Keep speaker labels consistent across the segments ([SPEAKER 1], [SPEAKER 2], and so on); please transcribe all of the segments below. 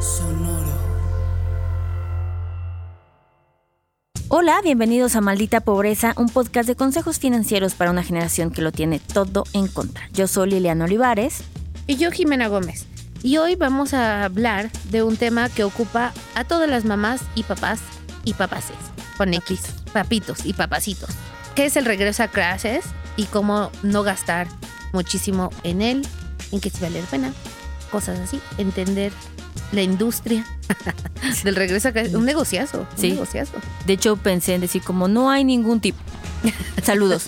[SPEAKER 1] Sonoro.
[SPEAKER 2] Hola, bienvenidos a Maldita Pobreza, un podcast de consejos financieros para una generación que lo tiene todo en contra. Yo soy Liliana Olivares.
[SPEAKER 3] Y yo, Jimena Gómez. Y hoy vamos a hablar de un tema que ocupa a todas las mamás y papás y papaces, con X, papitos y papacitos, que es el regreso a clases y cómo no gastar muchísimo en él, en que si vale la pena, cosas así, entender la industria del regreso a clases, un negociazo,
[SPEAKER 2] Sí.
[SPEAKER 3] un negociazo.
[SPEAKER 2] De hecho, pensé en decir como no hay ningún tip. Saludos.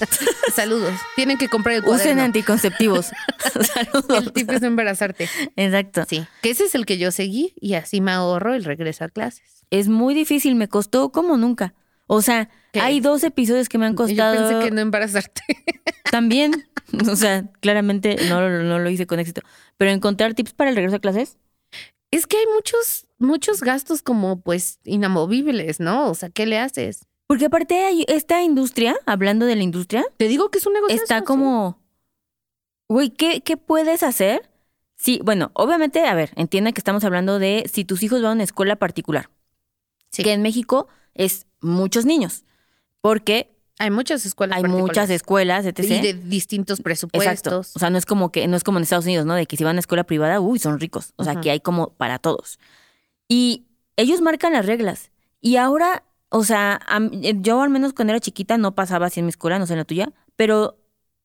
[SPEAKER 3] Saludos, tienen que comprar el
[SPEAKER 2] Usen
[SPEAKER 3] cuaderno.
[SPEAKER 2] anticonceptivos. Saludos.
[SPEAKER 3] El tip es no embarazarte.
[SPEAKER 2] Exacto.
[SPEAKER 3] Sí, que ese es el que yo seguí y así me ahorro el regreso a clases.
[SPEAKER 2] Es muy difícil, me costó como nunca. O sea,
[SPEAKER 3] ¿Qué?
[SPEAKER 2] hay dos episodios que me han
[SPEAKER 3] Y Yo
[SPEAKER 2] costado
[SPEAKER 3] pensé que no embarazarte.
[SPEAKER 2] también. O sea, claramente no, lo- no lo hice con éxito. Pero encontrar tips para el regreso a clases,
[SPEAKER 3] Es que hay muchos, muchos gastos como pues inamovibles, ¿no? O sea, ¿qué le haces?
[SPEAKER 2] Porque aparte hay- esta industria, hablando de la industria,
[SPEAKER 3] Te digo que es un negocio.
[SPEAKER 2] está como, güey, ¿qué, ¿qué puedes hacer? Sí, bueno, obviamente, a ver, entienda que estamos hablando de si tus hijos van a una escuela particular,
[SPEAKER 3] Sí.
[SPEAKER 2] que en México es muchos niños, porque
[SPEAKER 3] Hay muchas escuelas.
[SPEAKER 2] hay muchas
[SPEAKER 3] particulares.
[SPEAKER 2] escuelas, etc.
[SPEAKER 3] Y de distintos
[SPEAKER 2] Exacto.
[SPEAKER 3] presupuestos.
[SPEAKER 2] O sea, no es como que no es como en Estados Unidos, ¿no? De que si van a escuela privada, uy, son ricos. O sea,
[SPEAKER 3] Ajá.
[SPEAKER 2] que hay como para todos. Y ellos marcan las reglas. Y ahora, o sea, a mí- eh, yo al menos cuando era chiquita no pasaba así en mi escuela, no sé en la tuya, pero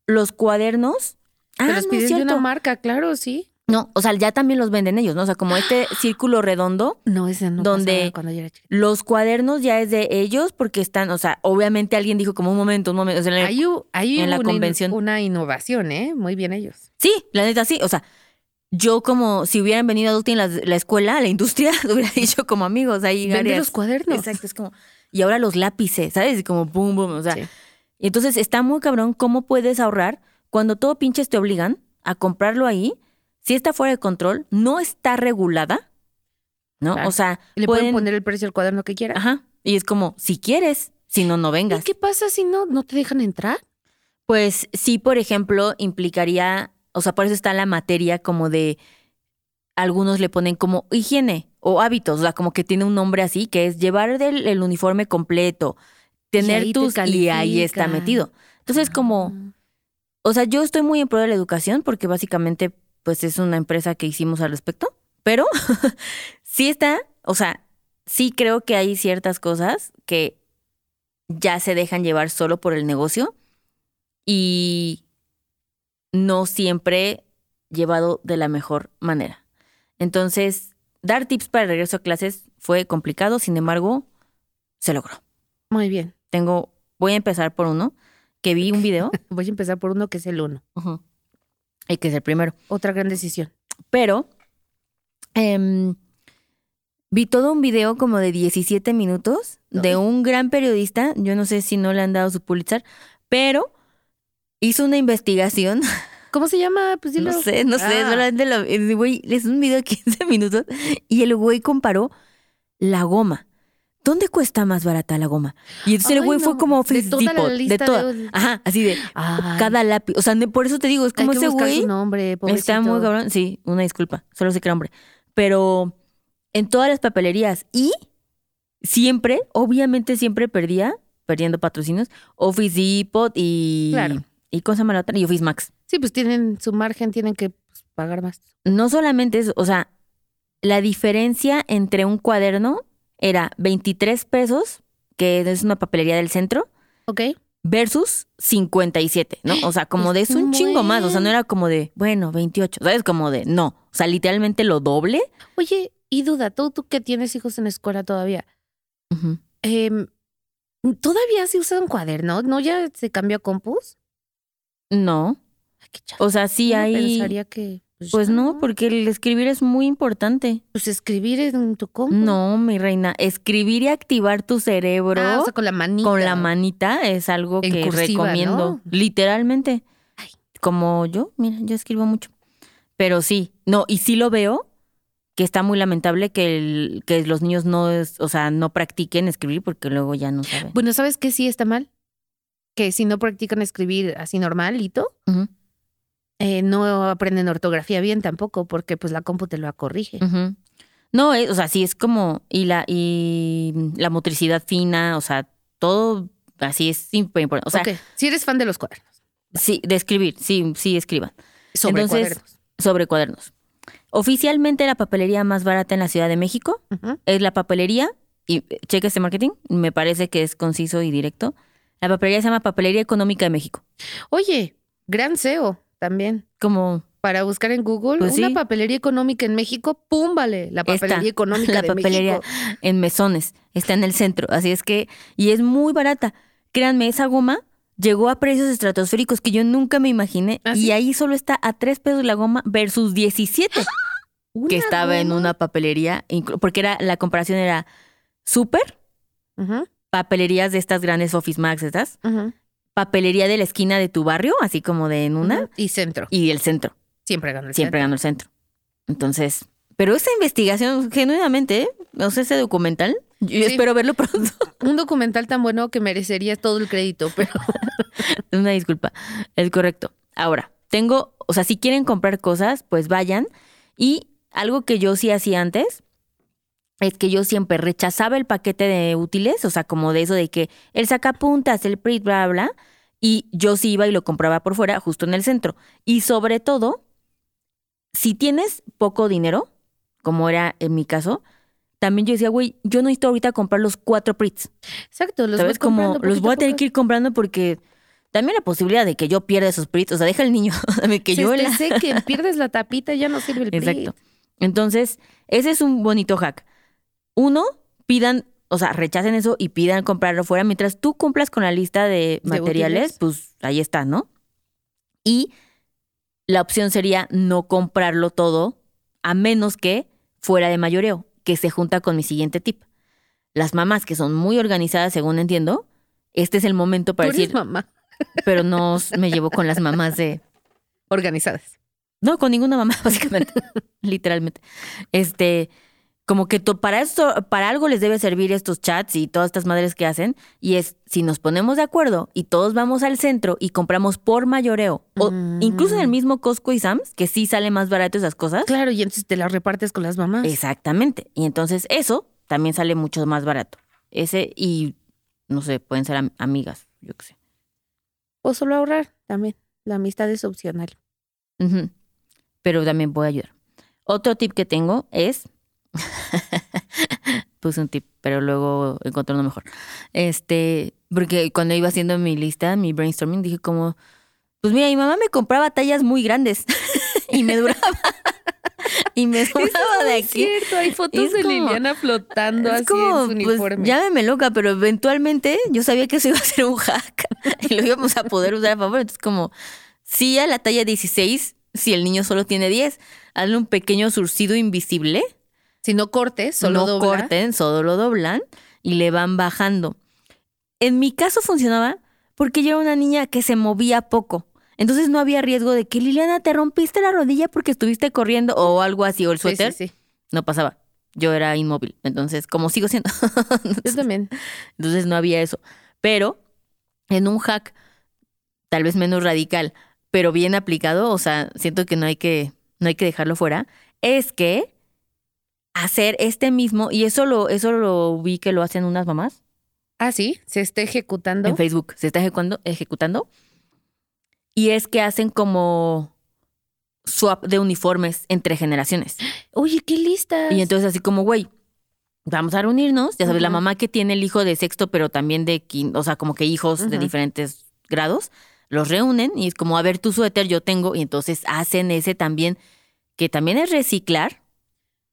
[SPEAKER 2] los cuadernos
[SPEAKER 3] Te
[SPEAKER 2] Ah,
[SPEAKER 3] los
[SPEAKER 2] no es
[SPEAKER 3] piden de una
[SPEAKER 2] cierto.
[SPEAKER 3] marca, claro, sí.
[SPEAKER 2] No, o sea, ya también los venden ellos, ¿no? O sea, como este círculo redondo,
[SPEAKER 3] No, ese no
[SPEAKER 2] Donde-
[SPEAKER 3] pasaba cuando yo era chica.
[SPEAKER 2] los cuadernos ya es de ellos porque están, o sea, obviamente alguien dijo como un momento, un momento. o sea, en el-
[SPEAKER 3] Hay, u- hay
[SPEAKER 2] en la
[SPEAKER 3] una in-
[SPEAKER 2] convención.
[SPEAKER 3] una innovación, ¿eh? Muy bien ellos.
[SPEAKER 2] Sí, la neta sí. O sea, yo como si hubieran venido a Dutin la, la escuela, la industria, hubiera dicho como amigos ahí.
[SPEAKER 3] Vende
[SPEAKER 2] áreas.
[SPEAKER 3] los cuadernos.
[SPEAKER 2] Exacto, es como. Y ahora los lápices, ¿sabes? Y como boom, boom. O sea,
[SPEAKER 3] Sí.
[SPEAKER 2] y entonces está muy cabrón cómo puedes ahorrar cuando todo pinches te obligan a comprarlo ahí. Si está fuera de control, no está regulada, ¿no?
[SPEAKER 3] Claro.
[SPEAKER 2] O sea,
[SPEAKER 3] Le pueden, poner el precio al cuaderno que quieran.
[SPEAKER 2] Ajá. Y es como, si quieres, si no, no
[SPEAKER 3] ¿Y
[SPEAKER 2] vengas.
[SPEAKER 3] qué pasa si no, no te dejan entrar?
[SPEAKER 2] Pues sí, por ejemplo, implicaría, o sea, por eso está la materia como de, algunos le ponen como higiene o hábitos, o sea, como que tiene un nombre así, que es llevar del- el uniforme completo, tener
[SPEAKER 3] ahí te
[SPEAKER 2] tus... Y ahí está
[SPEAKER 3] califican.
[SPEAKER 2] metido. Entonces, como,
[SPEAKER 3] Ah,
[SPEAKER 2] o sea, yo estoy muy en pro de la educación porque básicamente, pues es una empresa que hicimos al respecto, pero sí está, o sea, sí creo que hay ciertas cosas que ya se dejan llevar solo por el negocio y no siempre llevado de la mejor manera. Entonces, dar tips para el regreso a clases fue complicado, sin embargo, se logró.
[SPEAKER 3] Muy bien.
[SPEAKER 2] Tengo, voy a empezar por uno que vi un video
[SPEAKER 3] Voy a empezar por uno que es el uno.
[SPEAKER 2] ujú, y que es el primero.
[SPEAKER 3] Otra gran decisión.
[SPEAKER 2] Pero em, vi todo un video como de 17 minutos de
[SPEAKER 3] Ay.
[SPEAKER 2] un gran periodista. Yo no sé si no le han dado su Pulitzer, pero hizo una investigación.
[SPEAKER 3] ¿Cómo se llama? Pues dilo.
[SPEAKER 2] No sé, no sé,
[SPEAKER 3] Ah.
[SPEAKER 2] solamente lo- el güey, es un video de 15 minutos y el güey comparó la goma. ¿Dónde cuesta más barata la goma? Y entonces el
[SPEAKER 3] Ay,
[SPEAKER 2] güey fue
[SPEAKER 3] no,
[SPEAKER 2] como
[SPEAKER 3] de
[SPEAKER 2] Office
[SPEAKER 3] toda la
[SPEAKER 2] Depot, de
[SPEAKER 3] lista de
[SPEAKER 2] toda.
[SPEAKER 3] un-
[SPEAKER 2] Ajá, así de
[SPEAKER 3] Ay,
[SPEAKER 2] cada lápiz. O sea, ne- por eso te digo, es como
[SPEAKER 3] hay que
[SPEAKER 2] ese
[SPEAKER 3] buscar
[SPEAKER 2] güey.
[SPEAKER 3] su nombre,
[SPEAKER 2] Está muy
[SPEAKER 3] pobrecito.
[SPEAKER 2] cabrón. Sí, una disculpa. Solo sé que era hombre. Pero en todas las papelerías. Y siempre, obviamente siempre perdía, perdiendo patrocinios, Office Depot y.
[SPEAKER 3] Claro.
[SPEAKER 2] ¿Y cosa llama la otra? Y Office Max.
[SPEAKER 3] Sí, pues tienen su margen, tienen que pues, pagar más.
[SPEAKER 2] No solamente eso, o sea, la diferencia entre un cuaderno era 23 pesos, que es una papelería del centro,
[SPEAKER 3] ¿Ok?
[SPEAKER 2] versus 57, ¿no? O sea, como de es
[SPEAKER 3] Es
[SPEAKER 2] un
[SPEAKER 3] un
[SPEAKER 2] chingo más. O sea,
[SPEAKER 3] buen.
[SPEAKER 2] no era como de, bueno, 28, ¿sabes? Como de, no. O sea, literalmente lo doble.
[SPEAKER 3] Oye, y duda, tú, tú que tienes hijos en la escuela todavía,
[SPEAKER 2] Ujú.
[SPEAKER 3] em, ¿todavía se usa un cuaderno? ¿No ya se cambió a compus?
[SPEAKER 2] No.
[SPEAKER 3] Ay, qué chafa.
[SPEAKER 2] O sea, sí
[SPEAKER 3] Uno
[SPEAKER 2] hay.
[SPEAKER 3] Pensaría que...
[SPEAKER 2] Pues
[SPEAKER 3] ya
[SPEAKER 2] no, porque el escribir es muy importante.
[SPEAKER 3] Pues escribir en tu compu.
[SPEAKER 2] No, mi reina. Escribir y activar tu cerebro
[SPEAKER 3] Ah, o sea, con la manita.
[SPEAKER 2] con la manita es algo
[SPEAKER 3] En
[SPEAKER 2] que
[SPEAKER 3] cursiva,
[SPEAKER 2] recomiendo.
[SPEAKER 3] ¿no?
[SPEAKER 2] Literalmente.
[SPEAKER 3] Ay.
[SPEAKER 2] Como yo, mira, yo escribo mucho. Pero sí, no, y sí lo veo que está muy lamentable que, el- que los niños no, es- o sea, no practiquen escribir porque luego ya no saben.
[SPEAKER 3] Bueno, ¿sabes qué sí está mal? Que si no practican escribir así normalito,
[SPEAKER 2] Ujú,
[SPEAKER 3] eh, no aprenden ortografía bien tampoco, porque pues la compu te lo corrige.
[SPEAKER 2] ujú. No, es- o sea, sí es como, y la, y la motricidad fina, o sea, todo así es súper importante. O sea,
[SPEAKER 3] Ok, si eres fan de los cuadernos,
[SPEAKER 2] sí, de escribir, sí, sí escriban.
[SPEAKER 3] sobre
[SPEAKER 2] Entonces-
[SPEAKER 3] cuadernos.
[SPEAKER 2] Sobre cuadernos. Oficialmente la papelería más barata en la Ciudad de México
[SPEAKER 3] Ujú.
[SPEAKER 2] es la papelería, y eh, checa este marketing, me parece que es conciso y directo. La papelería se llama Papelería Económica de México.
[SPEAKER 3] Oye, gran SEO también.
[SPEAKER 2] Como
[SPEAKER 3] Para buscar en Google
[SPEAKER 2] Pues
[SPEAKER 3] una
[SPEAKER 2] sí.
[SPEAKER 3] papelería económica en México, pum, vale, la
[SPEAKER 2] Esta,
[SPEAKER 3] papelería económica
[SPEAKER 2] la
[SPEAKER 3] de
[SPEAKER 2] papelería.
[SPEAKER 3] México.
[SPEAKER 2] en mesones, está en el centro, así es que, y es muy barata. Créanme, esa goma llegó a precios estratosféricos que yo nunca me imaginé,
[SPEAKER 3] ¿Ah,
[SPEAKER 2] y
[SPEAKER 3] sí?
[SPEAKER 2] ahí solo está a 3 pesos la goma versus 17 que
[SPEAKER 3] Ah, Una
[SPEAKER 2] estaba en
[SPEAKER 3] goma.
[SPEAKER 2] una papelería, inclu- porque era la comparación era súper,
[SPEAKER 3] Ujú,
[SPEAKER 2] papelerías de estas grandes Office Max, estas,
[SPEAKER 3] ujú,
[SPEAKER 2] papelería de la esquina de tu barrio, así como de en una,
[SPEAKER 3] ujú. Y centro.
[SPEAKER 2] y el centro,
[SPEAKER 3] Siempre gana el
[SPEAKER 2] siempre ganó el centro. Entonces, pero esa investigación, genuinamente, ¿eh? o sea, ese documental, yo
[SPEAKER 3] Sí.
[SPEAKER 2] espero verlo pronto.
[SPEAKER 3] centro. Un documental tan bueno que merecería todo el crédito, pero
[SPEAKER 2] Una disculpa, es correcto. Ahora, tengo, o sea, si quieren comprar cosas, pues vayan. Y algo que yo sí hacía antes es que yo siempre rechazaba el paquete de útiles, o sea, como de eso de que el sacapuntas, el PRIT, bla, bla, bla, y yo sí iba y lo compraba por fuera, justo en el centro. Y sobre todo, si tienes poco dinero, como era en mi caso, también yo decía, güey, yo no necesito ahorita comprar los cuatro PRITs.
[SPEAKER 3] exacto, los
[SPEAKER 2] ¿Sabes?
[SPEAKER 3] voy comprando
[SPEAKER 2] Como los
[SPEAKER 3] poquito
[SPEAKER 2] voy a tener
[SPEAKER 3] poco.
[SPEAKER 2] que ir comprando porque también la posibilidad de que yo pierda esos prits, o sea, deja el niño, de que
[SPEAKER 3] Se
[SPEAKER 2] yo la...
[SPEAKER 3] sé que pierdes la tapita, ya no sirve el
[SPEAKER 2] Exacto. Entonces, ese es un bonito hack. Uno, pidan, o sea, rechacen eso y pidan comprarlo fuera. Mientras tú cumplas con la lista de,
[SPEAKER 3] De
[SPEAKER 2] materiales,
[SPEAKER 3] útiles.
[SPEAKER 2] pues ahí está, ¿no? Y la opción sería no comprarlo todo, a menos que fuera de mayoreo, que se junta con mi siguiente tip. Las mamás que son muy organizadas, según entiendo, este es el momento
[SPEAKER 3] Tú
[SPEAKER 2] para
[SPEAKER 3] eres
[SPEAKER 2] decir,
[SPEAKER 3] mamá.
[SPEAKER 2] pero no me llevo con las mamás de
[SPEAKER 3] Organizadas.
[SPEAKER 2] no, con ninguna mamá, básicamente. Literalmente. Este, como que to- para esto, para algo les debe servir estos chats y todas estas madres que hacen. Y es, si nos ponemos de acuerdo y todos vamos al centro y compramos por mayoreo, o
[SPEAKER 3] Mm.
[SPEAKER 2] incluso en el mismo Costco y Sam's, que sí sale más barato esas cosas.
[SPEAKER 3] Claro, y entonces te las repartes con las mamás.
[SPEAKER 2] Exactamente. Y entonces eso también sale mucho más barato. Ese, y no sé, pueden ser am- amigas, yo qué sé.
[SPEAKER 3] O solo ahorrar también. La amistad es opcional.
[SPEAKER 2] Ujú. Pero también puede ayudar. Otro tip que tengo es. Puse un tip, pero luego encontré uno mejor. Este, porque cuando iba haciendo mi lista, mi brainstorming, dije como, pues mira, mi mamá me compraba tallas muy grandes y me duraba. y me duraba de
[SPEAKER 3] Es
[SPEAKER 2] aquí.
[SPEAKER 3] cierto, hay fotos
[SPEAKER 2] Es
[SPEAKER 3] de
[SPEAKER 2] como-
[SPEAKER 3] Liliana flotando
[SPEAKER 2] Es
[SPEAKER 3] así en su
[SPEAKER 2] pues,
[SPEAKER 3] uniforme.
[SPEAKER 2] llámeme loca, pero eventualmente yo sabía que eso iba a ser un hack y lo íbamos a poder usar a favor. Entonces, como, si a la talla 16, si el niño solo tiene 10, hazle un pequeño surcido invisible,
[SPEAKER 3] Si no cortes, solo
[SPEAKER 2] no
[SPEAKER 3] dobla.
[SPEAKER 2] corten, solo lo doblan y le van bajando. En mi caso funcionaba porque yo era una niña que se movía poco. Entonces no había riesgo de que Liliana te rompiste la rodilla porque estuviste corriendo o algo así, o el
[SPEAKER 3] Sí, sí,
[SPEAKER 2] suéter.
[SPEAKER 3] sí.
[SPEAKER 2] No pasaba. Yo era inmóvil. Entonces, como sigo siendo.
[SPEAKER 3] Yo también.
[SPEAKER 2] Entonces no había eso. Pero en un hack, tal vez menos radical, pero bien aplicado, o sea, siento que no hay que, no hay que dejarlo fuera, es que hacer este mismo, y eso lo, eso lo vi que lo hacen unas mamás
[SPEAKER 3] Ah, sí, se está ejecutando.
[SPEAKER 2] en Facebook, se está ejecutando, ejecutando, y es que hacen como swap de uniformes entre generaciones.
[SPEAKER 3] Oye, qué listas.
[SPEAKER 2] Y entonces así como, güey, vamos a reunirnos. Ya sabes, la
[SPEAKER 3] Ujú.
[SPEAKER 2] mamá que tiene el hijo de sexto, pero también de quinto, o sea, como que hijos de
[SPEAKER 3] Ujú.
[SPEAKER 2] diferentes grados, los reúnen y es como, a ver, tu suéter yo tengo. Y entonces hacen ese también, que también es reciclar,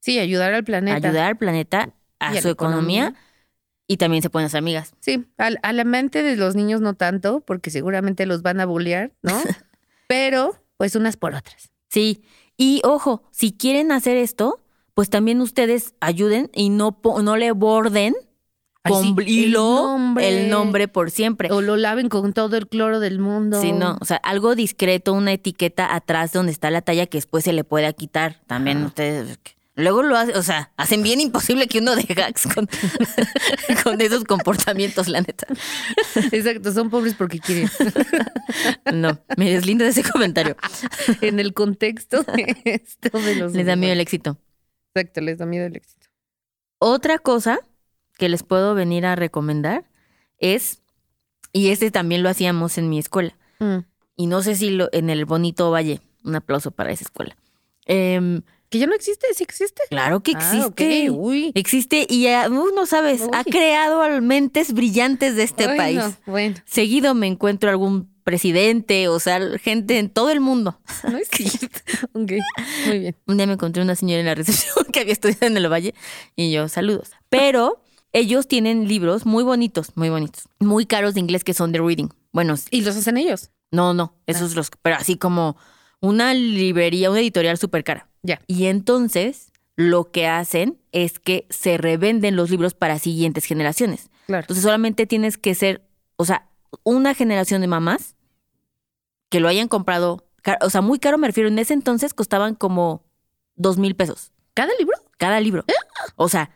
[SPEAKER 3] sí, ayudar al planeta.
[SPEAKER 2] ayudar al planeta, a
[SPEAKER 3] Y la
[SPEAKER 2] su economía, y también se pueden hacer amigas.
[SPEAKER 3] Sí, al- a la mente de los niños no tanto, porque seguramente los van a bullear, ¿no? Pero, pues unas por otras.
[SPEAKER 2] Sí. Y ojo, si quieren hacer esto, pues también ustedes ayuden y no, po- no le borden
[SPEAKER 3] Ay,
[SPEAKER 2] con
[SPEAKER 3] sí, el
[SPEAKER 2] hilo
[SPEAKER 3] nombre.
[SPEAKER 2] el nombre por siempre.
[SPEAKER 3] O lo laven con todo el cloro del mundo.
[SPEAKER 2] Sí, no, o sea, algo discreto, una etiqueta atrás donde está la talla que después se le pueda quitar. También
[SPEAKER 3] Ajá.
[SPEAKER 2] ustedes luego lo hacen, o sea, hacen bien imposible que uno de hacks con, con esos comportamientos, la neta.
[SPEAKER 3] Exacto, son pobres porque quieren.
[SPEAKER 2] No, me deslindo de ese comentario.
[SPEAKER 3] en el contexto de esto de los
[SPEAKER 2] Les da miedo el
[SPEAKER 3] uniformes.
[SPEAKER 2] éxito.
[SPEAKER 3] Exacto, les da miedo el éxito.
[SPEAKER 2] Otra cosa que les puedo venir a recomendar es, y este también lo hacíamos en mi escuela, y no sé si lo, en el bonito valle, un aplauso para esa escuela. Em,
[SPEAKER 3] Que ya no existe, sí existe.
[SPEAKER 2] claro que existe.
[SPEAKER 3] Ah, ok, Uy.
[SPEAKER 2] Existe y ah, uh, no sabes, ha
[SPEAKER 3] Uy.
[SPEAKER 2] creado al- mentes brillantes de este
[SPEAKER 3] Ay,
[SPEAKER 2] país.
[SPEAKER 3] no, Bueno,
[SPEAKER 2] Seguido me encuentro algún presidente, o sea, gente en todo el mundo.
[SPEAKER 3] no es cierto. Ok, muy bien.
[SPEAKER 2] Un día me encontré una señora en la recepción que había estudiado en el Valle y yo, saludos. Pero ellos tienen libros muy bonitos, muy bonitos, muy caros de inglés que son de reading. Bueno, sí,
[SPEAKER 3] ¿Y los hacen ellos?
[SPEAKER 2] no, no,
[SPEAKER 3] Ah.
[SPEAKER 2] esos los, pero así como una librería, una editorial súper cara.
[SPEAKER 3] Ya.
[SPEAKER 2] Y entonces lo que hacen es que se revenden los libros para siguientes generaciones.
[SPEAKER 3] Claro.
[SPEAKER 2] Entonces solamente tienes que ser, o sea, una generación de mamás que lo hayan comprado, ca- o sea, muy caro me refiero, en ese entonces costaban como dos mil pesos
[SPEAKER 3] ¿Cada libro? ¿Eh?
[SPEAKER 2] cada libro. O sea,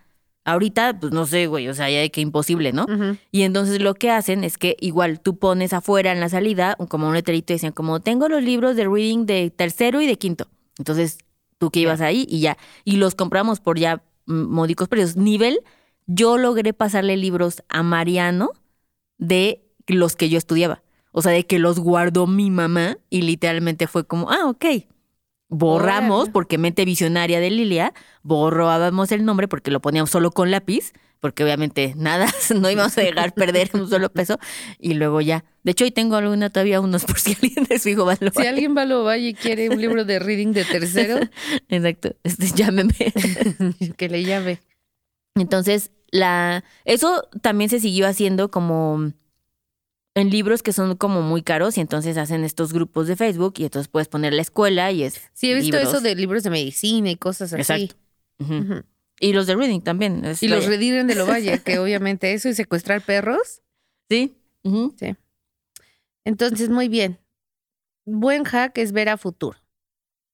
[SPEAKER 2] ahorita, pues no sé, güey, o sea, ya de que imposible, ¿no?
[SPEAKER 3] Ujú.
[SPEAKER 2] Y entonces lo que hacen es que igual tú pones afuera en la salida un- como un letrerito y decían como tengo los libros de reading de tercero y de quinto. Entonces tú que ibas ahí y ya. Y los compramos por ya mm, módicos precios. Nivel, yo logré pasarle libros a Mariano de los que yo estudiaba. O sea, de que los guardó mi mamá y literalmente fue como, ah, ok. Borramos,
[SPEAKER 3] Órale.
[SPEAKER 2] porque mente visionaria de Lilia, borrábamos el nombre porque lo poníamos solo con lápiz porque obviamente nada, no íbamos a dejar perder un solo peso y luego ya. De hecho, hoy tengo alguna todavía unos por si alguien de su hijo va a lo
[SPEAKER 3] Si alguien va a lo valle y quiere un libro de reading de tercero,
[SPEAKER 2] Exacto, este, llámeme.
[SPEAKER 3] que le llame.
[SPEAKER 2] Entonces, la eso también se siguió haciendo como en libros que son como muy caros y entonces hacen estos grupos de Facebook y entonces puedes poner la escuela y es...
[SPEAKER 3] Sí, he visto
[SPEAKER 2] libros.
[SPEAKER 3] eso de libros de medicina y cosas así.
[SPEAKER 2] Exacto. Ujú.
[SPEAKER 3] Ujú.
[SPEAKER 2] Y los de Reading también. es
[SPEAKER 3] Y los
[SPEAKER 2] vaya.
[SPEAKER 3] rediren de lo valle, que obviamente eso y secuestrar perros.
[SPEAKER 2] Sí. ujú.
[SPEAKER 3] Entonces, muy bien. Buen hack es ver a futuro.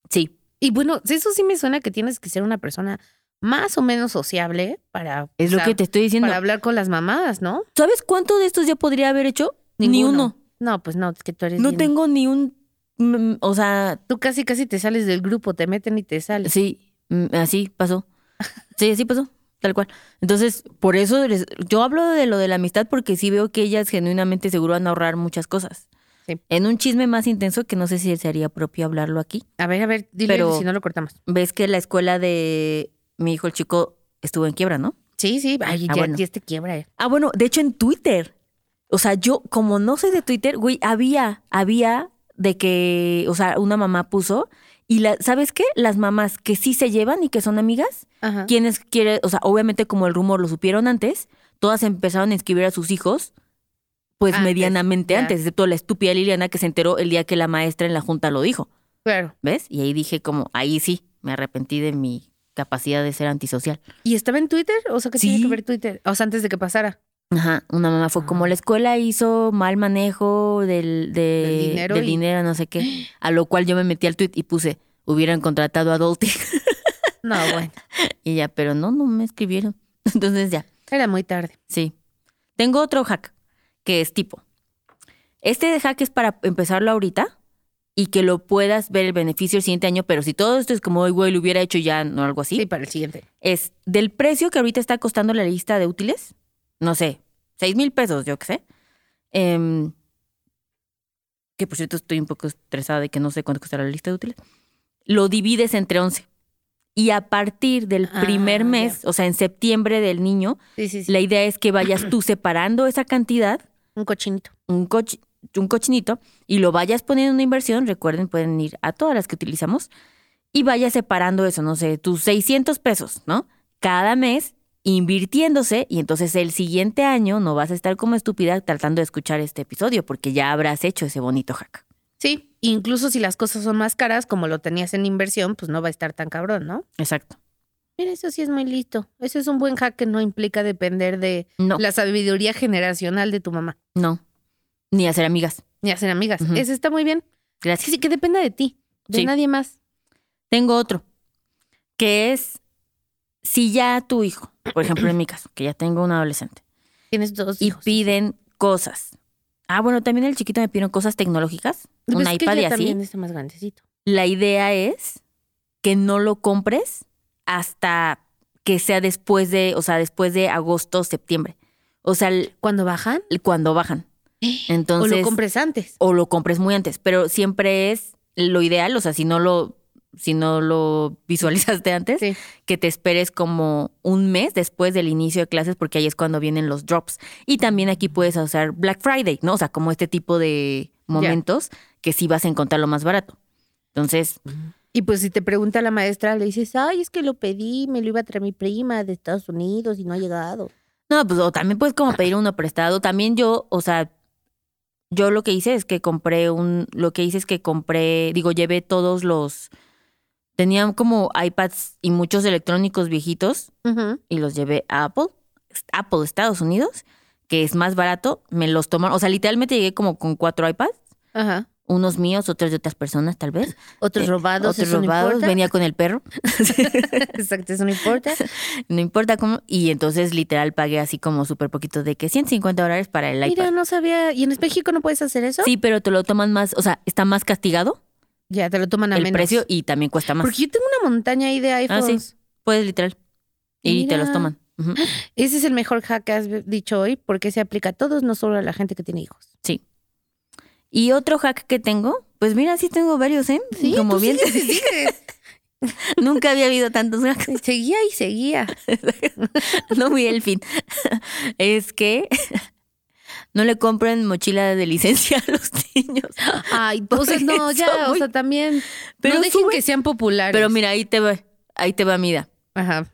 [SPEAKER 2] Sí.
[SPEAKER 3] Y bueno, eso sí me suena que tienes que ser una persona más o menos sociable para,
[SPEAKER 2] Es
[SPEAKER 3] o
[SPEAKER 2] lo
[SPEAKER 3] sea,
[SPEAKER 2] que te estoy diciendo.
[SPEAKER 3] para hablar con las mamadas, ¿no?
[SPEAKER 2] ¿Sabes cuánto de estos yo podría haber hecho? Ni
[SPEAKER 3] Ninguno.
[SPEAKER 2] uno.
[SPEAKER 3] No, pues no, es que tú eres.
[SPEAKER 2] No
[SPEAKER 3] bien-
[SPEAKER 2] tengo ni un... mm, O sea,
[SPEAKER 3] Tú casi, casi te sales del grupo, te meten y te sales.
[SPEAKER 2] Sí, mm, así pasó. Sí, así pasó, tal cual. Entonces, por eso les- yo hablo de lo de la amistad porque sí veo que ellas genuinamente seguro van a ahorrar muchas cosas.
[SPEAKER 3] Sí.
[SPEAKER 2] En un chisme más intenso que no sé si sería propio hablarlo aquí.
[SPEAKER 3] A ver, a ver, dile
[SPEAKER 2] Pero-
[SPEAKER 3] si no lo cortamos.
[SPEAKER 2] Ves que la escuela de mi hijo el chico estuvo en quiebra, ¿no?
[SPEAKER 3] Sí, sí, ay,
[SPEAKER 2] Ah,
[SPEAKER 3] ya,
[SPEAKER 2] bueno.
[SPEAKER 3] ya te quiebra. eh.
[SPEAKER 2] Ah, bueno, de hecho en Twitter. O sea, yo como no soy de Twitter, güey, había, había de que, o sea, una mamá puso y la, ¿sabes qué? Las mamás que sí se llevan y que son amigas
[SPEAKER 3] Ajá.
[SPEAKER 2] quienes quiere, o sea, obviamente como el rumor lo supieron antes, todas empezaron a inscribir a sus hijos, pues
[SPEAKER 3] Antes,
[SPEAKER 2] medianamente
[SPEAKER 3] ya.
[SPEAKER 2] antes, excepto la estúpida Liliana que se enteró el día que la maestra en la junta lo dijo,
[SPEAKER 3] Claro.
[SPEAKER 2] ¿ves? Y ahí dije como, ahí sí, me arrepentí de mi capacidad de ser antisocial.
[SPEAKER 3] ¿Y estaba en Twitter? O sea, ¿qué tiene
[SPEAKER 2] Sí.
[SPEAKER 3] que ver Twitter? O sea, antes de que pasara.
[SPEAKER 2] Ajá, una mamá fue
[SPEAKER 3] Ah.
[SPEAKER 2] como la escuela hizo mal manejo del, de-
[SPEAKER 3] Del dinero
[SPEAKER 2] del
[SPEAKER 3] y-
[SPEAKER 2] dinero, no sé qué, a lo cual yo me metí al tweet y puse, hubieran contratado a Dolty
[SPEAKER 3] No, bueno,
[SPEAKER 2] y ya, pero no, no me escribieron. Entonces ya,
[SPEAKER 3] era muy tarde.
[SPEAKER 2] Sí. Tengo otro hack, que es tipo. Este hack es para empezarlo ahorita y que lo puedas ver el beneficio el siguiente año, pero si todo esto es como, "Ay, güey, lo hubiera hecho ya, no algo así,
[SPEAKER 3] Sí, para el siguiente.
[SPEAKER 2] es del precio que ahorita está costando la lista de útiles, no sé, seis mil pesos, yo qué sé. Em, que por cierto estoy un poco estresada de que no sé cuánto costará la lista de útiles. Lo divides entre 11. Y a partir del
[SPEAKER 3] Ah,
[SPEAKER 2] primer
[SPEAKER 3] ya.
[SPEAKER 2] mes, o sea, en septiembre del niño,
[SPEAKER 3] Sí, sí, sí.
[SPEAKER 2] la idea es que vayas tú separando esa cantidad,
[SPEAKER 3] Un cochinito.
[SPEAKER 2] un, coch- un cochinito, y lo vayas poniendo en una inversión. Recuerden, pueden ir a todas las que utilizamos y vayas separando eso, no sé, tus 600 pesos, ¿no? Cada mes invirtiéndose y entonces el siguiente año no vas a estar como estúpida tratando de escuchar este episodio porque ya habrás hecho ese bonito hack.
[SPEAKER 3] Sí, incluso si las cosas son más caras, como lo tenías en inversión, pues no va a estar tan cabrón, ¿no?
[SPEAKER 2] Exacto.
[SPEAKER 3] Mira, eso sí es muy listo. Eso es un buen hack que no implica depender de
[SPEAKER 2] No,
[SPEAKER 3] la sabiduría generacional de tu mamá,
[SPEAKER 2] no. Ni hacer amigas.
[SPEAKER 3] ni hacer amigas.
[SPEAKER 2] Ujú.
[SPEAKER 3] Eso está muy bien.
[SPEAKER 2] Gracias.
[SPEAKER 3] Sí, sí, que dependa de ti, de
[SPEAKER 2] Sí.
[SPEAKER 3] nadie más.
[SPEAKER 2] Tengo otro, que es si ya tu hijo, por ejemplo en mi caso, que ya tengo un adolescente,
[SPEAKER 3] Tienes dos
[SPEAKER 2] y
[SPEAKER 3] hijos.
[SPEAKER 2] piden cosas. Ah, bueno, también el chiquito me pidieron cosas tecnológicas, un
[SPEAKER 3] Pues es que
[SPEAKER 2] iPad y
[SPEAKER 3] ya
[SPEAKER 2] así.
[SPEAKER 3] también está más grandecito.
[SPEAKER 2] La idea es que no lo compres hasta que sea después de, o sea, después de agosto, septiembre. O sea, el-
[SPEAKER 3] ¿Cuándo bajan?
[SPEAKER 2] el- cuando bajan. Entonces,
[SPEAKER 3] o lo compres antes.
[SPEAKER 2] o lo compres muy antes, pero siempre es lo ideal, o sea, si no lo si no lo visualizaste antes,
[SPEAKER 3] Sí.
[SPEAKER 2] que te esperes como un mes después del inicio de clases porque ahí es cuando vienen los drops. Y también aquí puedes usar Black Friday, ¿no? O sea, como este tipo de momentos que sí vas a encontrar lo más barato. Entonces,
[SPEAKER 3] Y pues si te pregunta la maestra, le dices, ay, es que lo pedí, me lo iba a traer mi prima de Estados Unidos y no ha llegado.
[SPEAKER 2] No, pues o también puedes
[SPEAKER 3] Ah.
[SPEAKER 2] como pedir uno prestado. También yo, o sea, yo lo que hice es que compré un, lo que hice es que compré, digo, llevé todos los, tenían como iPads y muchos electrónicos viejitos y los llevé a Apple, Apple Estados Unidos, que es más barato, me los tomaron, o sea, literalmente llegué como con cuatro iPads,
[SPEAKER 3] Ajá.
[SPEAKER 2] unos míos, otros de otras personas tal vez,
[SPEAKER 3] Otros
[SPEAKER 2] Eh,
[SPEAKER 3] robados,
[SPEAKER 2] otros
[SPEAKER 3] Ah, eso no
[SPEAKER 2] robados,
[SPEAKER 3] importa.
[SPEAKER 2] venía con el perro.
[SPEAKER 3] Exacto, eso no importa.
[SPEAKER 2] No importa cómo. Y entonces, literal, pagué así como súper poquito de que 150 dólares para el iPad.
[SPEAKER 3] Mira, no sabía. ¿Y en México no puedes hacer eso?
[SPEAKER 2] Sí, pero te lo toman más, o sea, está más castigado
[SPEAKER 3] Ya, te lo toman a
[SPEAKER 2] el
[SPEAKER 3] menos.
[SPEAKER 2] precio y también cuesta más.
[SPEAKER 3] Porque yo tengo una montaña ahí de
[SPEAKER 2] Ah, sí.
[SPEAKER 3] iPhones.
[SPEAKER 2] Puedes literal. Y te los
[SPEAKER 3] Mira.
[SPEAKER 2] toman. Ujú.
[SPEAKER 3] Ese es el mejor hack que has dicho hoy porque se aplica a todos, no solo a la gente que tiene hijos.
[SPEAKER 2] Y otro hack que tengo, pues mira, sí tengo varios, ¿eh? Como
[SPEAKER 3] tú
[SPEAKER 2] bien,
[SPEAKER 3] sigues y sigues.
[SPEAKER 2] nunca había habido tantos hacks.
[SPEAKER 3] seguía y seguía.
[SPEAKER 2] No vi el fin. Es que no le compren mochila de licencia a los niños.
[SPEAKER 3] Ay,
[SPEAKER 2] Por
[SPEAKER 3] entonces no, ya,
[SPEAKER 2] pues eso,
[SPEAKER 3] o sea, también.
[SPEAKER 2] Pero
[SPEAKER 3] no dejen
[SPEAKER 2] sube-
[SPEAKER 3] que sean populares.
[SPEAKER 2] Pero mira, ahí te va, ahí te va, mira.
[SPEAKER 3] Ajá.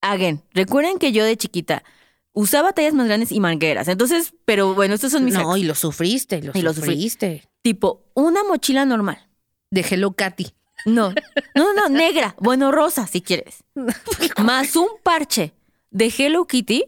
[SPEAKER 2] Again, recuerden que yo de chiquita usaba tallas más grandes y mangueras. Entonces, pero bueno, estos son mis
[SPEAKER 3] No,
[SPEAKER 2] hacks.
[SPEAKER 3] y lo sufriste, lo
[SPEAKER 2] Y lo sufrí.
[SPEAKER 3] sufriste.
[SPEAKER 2] Tipo, una mochila normal.
[SPEAKER 3] De Hello Katy.
[SPEAKER 2] No, no, no, negra. Bueno, rosa, si quieres. Más un parche de Hello Kitty,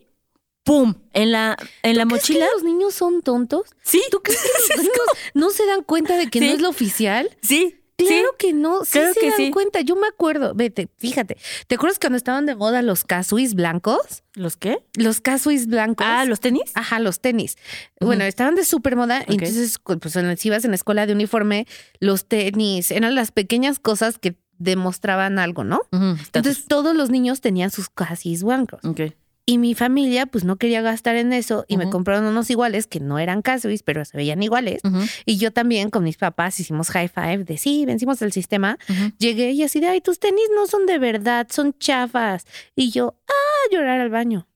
[SPEAKER 2] ¡pum! En la, en la
[SPEAKER 3] ¿Crees que
[SPEAKER 2] mochila.
[SPEAKER 3] los niños son tontos?
[SPEAKER 2] Sí,
[SPEAKER 3] ¿Tú crees que los niños no se dan cuenta de que
[SPEAKER 2] Sí.
[SPEAKER 3] no es lo oficial?
[SPEAKER 2] sí, sí.
[SPEAKER 3] Claro que no, sí
[SPEAKER 2] claro
[SPEAKER 3] se
[SPEAKER 2] que
[SPEAKER 3] dan
[SPEAKER 2] sí.
[SPEAKER 3] cuenta. Yo me acuerdo, vete, fíjate. ¿Te acuerdas cuando estaban de moda los casuis blancos?
[SPEAKER 2] ¿Los qué?
[SPEAKER 3] Los casuis blancos.
[SPEAKER 2] Ah, ¿los tenis?
[SPEAKER 3] Ajá, los tenis.
[SPEAKER 2] Ujú.
[SPEAKER 3] Bueno, estaban de súper moda.
[SPEAKER 2] Ok.
[SPEAKER 3] Entonces, cu- pues en- si ibas en la escuela de uniforme, los tenis eran las pequeñas cosas que demostraban algo, ¿no?
[SPEAKER 2] Ujú, estatus.
[SPEAKER 3] Entonces todos los niños tenían sus casuis blancos.
[SPEAKER 2] Ok.
[SPEAKER 3] Y mi familia, pues no quería gastar en eso y me
[SPEAKER 2] Ujú.
[SPEAKER 3] compraron unos iguales que no eran casuis, pero se veían iguales.
[SPEAKER 2] Ujú,
[SPEAKER 3] Y yo también con mis papás hicimos high five de sí, vencimos el sistema.
[SPEAKER 2] ujú.
[SPEAKER 3] Llegué y así de, ay, tus tenis no son de verdad, son chafas. Y yo, ah, llorar al baño.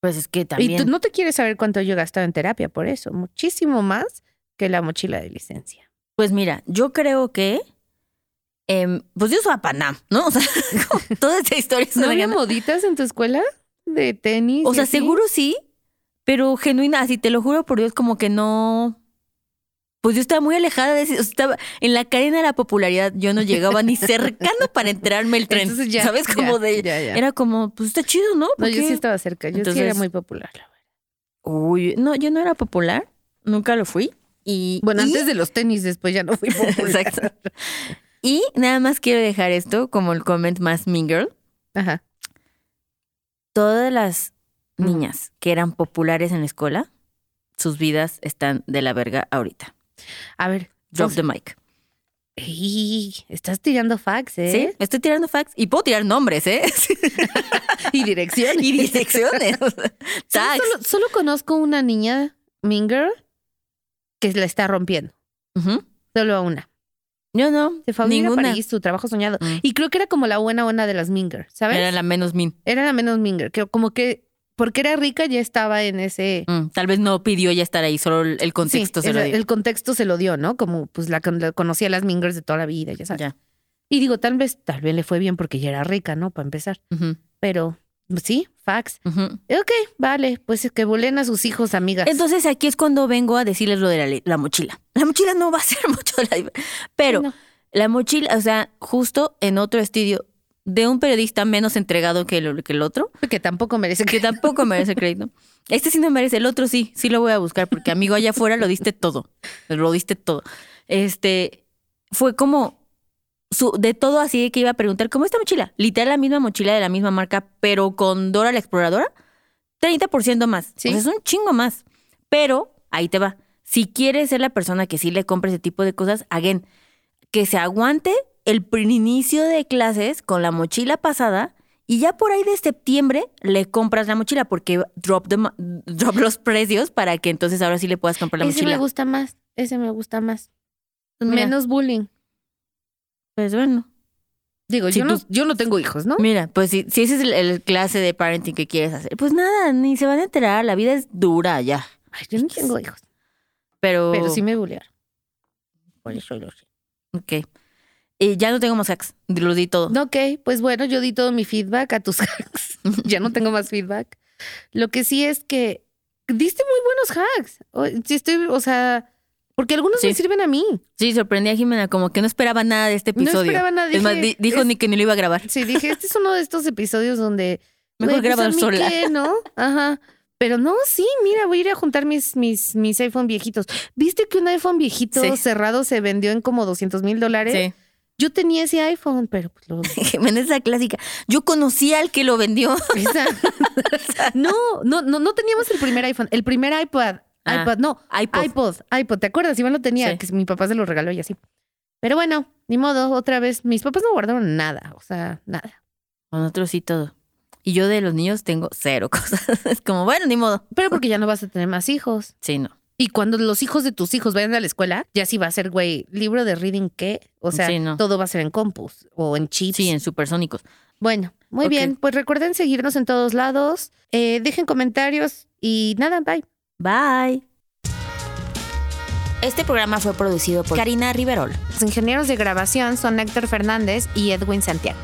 [SPEAKER 2] Pues es que también.
[SPEAKER 3] Y tú no te quieres saber cuánto yo he gastado en terapia por eso, muchísimo más que la mochila de licencia.
[SPEAKER 2] Pues mira, yo creo que. em, pues yo soy a Panam, ¿no? O sea, como toda esta historia es
[SPEAKER 3] ¿No
[SPEAKER 2] una
[SPEAKER 3] había
[SPEAKER 2] gran-
[SPEAKER 3] moditas en tu escuela de tenis?
[SPEAKER 2] O
[SPEAKER 3] y
[SPEAKER 2] sea,
[SPEAKER 3] así?
[SPEAKER 2] seguro sí, pero genuina, así te lo juro por Dios, como que no. Pues yo estaba muy alejada de ese- o sea, estaba en la cadena de la popularidad, yo no llegaba ni cercano para enterarme el tren.
[SPEAKER 3] Entonces ya,
[SPEAKER 2] ¿Sabes?
[SPEAKER 3] ya,
[SPEAKER 2] Como de.
[SPEAKER 3] ya, ya.
[SPEAKER 2] Era como, pues está chido, ¿no?
[SPEAKER 3] No,
[SPEAKER 2] ¿Por
[SPEAKER 3] yo sí
[SPEAKER 2] qué?
[SPEAKER 3] estaba cerca, yo sí era
[SPEAKER 2] Entonces-
[SPEAKER 3] muy popular. la verdad.
[SPEAKER 2] Uy, no, yo no era popular, nunca lo fui. Y,
[SPEAKER 3] Bueno,
[SPEAKER 2] y-
[SPEAKER 3] antes de los tenis, después ya no fui popular.
[SPEAKER 2] Exacto. Y nada más quiero dejar esto como el comment más mean girl.
[SPEAKER 3] Ajá.
[SPEAKER 2] Todas las
[SPEAKER 3] Ujú.
[SPEAKER 2] niñas que eran populares en la escuela, sus vidas están de la verga ahorita.
[SPEAKER 3] A ver,
[SPEAKER 2] Drop
[SPEAKER 3] o
[SPEAKER 2] the mic.
[SPEAKER 3] Ey, estás tirando fax, ¿eh?
[SPEAKER 2] Sí, estoy tirando facts y puedo tirar nombres, ¿eh?
[SPEAKER 3] Y direcciones.
[SPEAKER 2] y direcciones. o sea,
[SPEAKER 3] ¿Sabes?
[SPEAKER 2] Tags.
[SPEAKER 3] Solo, solo conozco una niña, Mean Girl, que la está rompiendo.
[SPEAKER 2] Ujú.
[SPEAKER 3] Solo a una.
[SPEAKER 2] Yo no.
[SPEAKER 3] Se fue a vivir a
[SPEAKER 2] ninguna.
[SPEAKER 3] París, su trabajo soñado.
[SPEAKER 2] Mm.
[SPEAKER 3] Y creo que era como la buena buena de las Mean Girl, ¿sabes?
[SPEAKER 2] Era la menos min.
[SPEAKER 3] Era la menos Mean Girl, que como que porque era rica ya estaba en ese...
[SPEAKER 2] Mm, Tal vez no pidió ya estar ahí, solo el el contexto
[SPEAKER 3] Sí,
[SPEAKER 2] se lo
[SPEAKER 3] el,
[SPEAKER 2] dio.
[SPEAKER 3] el contexto se lo dio, ¿no? Como pues la, con- la conocía las Mean Girls de toda la vida, ya sabes.
[SPEAKER 2] Ya.
[SPEAKER 3] Y digo, tal vez, tal vez le fue bien porque ya era rica, ¿no? Para empezar.
[SPEAKER 2] Ujú,
[SPEAKER 3] Pero pues, sí, fax.
[SPEAKER 2] ujú.
[SPEAKER 3] Ok, vale, pues es que volen a sus hijos, amigas.
[SPEAKER 2] Entonces aquí es cuando vengo a decirles lo de la, le- la mochila. La mochila no va a ser mucho, la- pero
[SPEAKER 3] No.
[SPEAKER 2] la mochila, o sea, justo en otro estudio de un periodista menos entregado que el, que el otro,
[SPEAKER 3] que tampoco merece que
[SPEAKER 2] que tampoco merece crédito. Este sí no merece, el otro sí, sí lo voy a buscar porque amigo allá afuera lo diste todo, lo diste todo. Este fue como su, de todo así de que iba a preguntar, ¿cómo esta mochila? Literal la misma mochila de la misma marca, pero con Dora la exploradora, 30% más.
[SPEAKER 3] Sí.
[SPEAKER 2] O sea, es un chingo más. Pero ahí te va. Si quieres ser la persona que sí le compra ese tipo de cosas, again, que se aguante el inicio de clases con la mochila pasada y ya por ahí de septiembre le compras la mochila porque drop, the mo- drop los precios para que entonces ahora sí le puedas comprar la
[SPEAKER 3] ese me
[SPEAKER 2] mochila.
[SPEAKER 3] gusta más, ese me gusta más.
[SPEAKER 2] Pues mira,
[SPEAKER 3] Menos bullying.
[SPEAKER 2] Pues bueno.
[SPEAKER 3] Digo,
[SPEAKER 2] Si
[SPEAKER 3] yo, no,
[SPEAKER 2] tú-
[SPEAKER 3] pues, yo no tengo hijos, ¿no?
[SPEAKER 2] Mira, pues si, si ese es el, el clase de parenting que quieres hacer, pues nada, ni se van a enterar, la vida es dura ya.
[SPEAKER 3] Ay, yo no tengo hijos,
[SPEAKER 2] Pero,
[SPEAKER 3] pero sí me bullearon. Por eso lo sé.
[SPEAKER 2] Ok. Y ya no tengo más hacks, lo di todo.
[SPEAKER 3] Ok, pues bueno, yo di todo mi feedback a tus hacks. ya no tengo más feedback. Lo que sí es que diste muy buenos hacks. O, sí estoy, o sea, porque algunos
[SPEAKER 2] Sí.
[SPEAKER 3] me sirven a mí.
[SPEAKER 2] Sí, sorprendí a Jimena, como que no esperaba nada de este episodio.
[SPEAKER 3] No esperaba nada.
[SPEAKER 2] es más,
[SPEAKER 3] dije,
[SPEAKER 2] di- dijo
[SPEAKER 3] es-
[SPEAKER 2] ni que ni lo iba a grabar.
[SPEAKER 3] Sí, dije, este es uno de estos episodios donde...
[SPEAKER 2] Mejor
[SPEAKER 3] güey, pues,
[SPEAKER 2] grabar
[SPEAKER 3] ¿a mí
[SPEAKER 2] sola.
[SPEAKER 3] qué, ¿no? Ajá. Pero no, sí, mira, voy a ir a juntar mis, mis, mis iPhone viejitos. ¿Viste que un iPhone viejito
[SPEAKER 2] Sí.
[SPEAKER 3] cerrado se vendió en como 200 mil dólares?
[SPEAKER 2] Sí.
[SPEAKER 3] Yo tenía ese iPhone, pero pues, lo,
[SPEAKER 2] Jimena es la clásica. Yo conocí al que lo vendió.
[SPEAKER 3] Esa- no, no, no, no teníamos el primer iPhone, el primer iPad,
[SPEAKER 2] Ah,
[SPEAKER 3] iPad, no,
[SPEAKER 2] iPod.
[SPEAKER 3] iPod, iPod, ¿te acuerdas? Iván lo tenía,
[SPEAKER 2] Sí.
[SPEAKER 3] que mi papá se lo regaló y así. Pero bueno, ni modo, otra vez, mis papás no guardaron nada, o sea, nada.
[SPEAKER 2] Con otros sí todo. Y yo de los niños tengo cero cosas. Es como, bueno, ni modo.
[SPEAKER 3] Pero porque ya no vas a tener más hijos.
[SPEAKER 2] Sí, no.
[SPEAKER 3] Y cuando los hijos de tus hijos vayan a la escuela, ya sí va a ser, güey, libro de reading qué, o sea,
[SPEAKER 2] Sí, no.
[SPEAKER 3] todo va a ser en compus o en chips.
[SPEAKER 2] Sí, en supersónicos.
[SPEAKER 3] Bueno, muy
[SPEAKER 2] Ok.
[SPEAKER 3] bien, pues recuerden seguirnos en todos lados, eh, dejen comentarios y nada, bye.
[SPEAKER 2] Bye. Este programa fue producido por Karina Riverol.
[SPEAKER 3] Los ingenieros de grabación son Héctor Fernández y Edwin Santiago.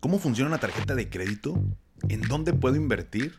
[SPEAKER 1] ¿Cómo funciona una tarjeta de crédito? ¿En dónde puedo invertir?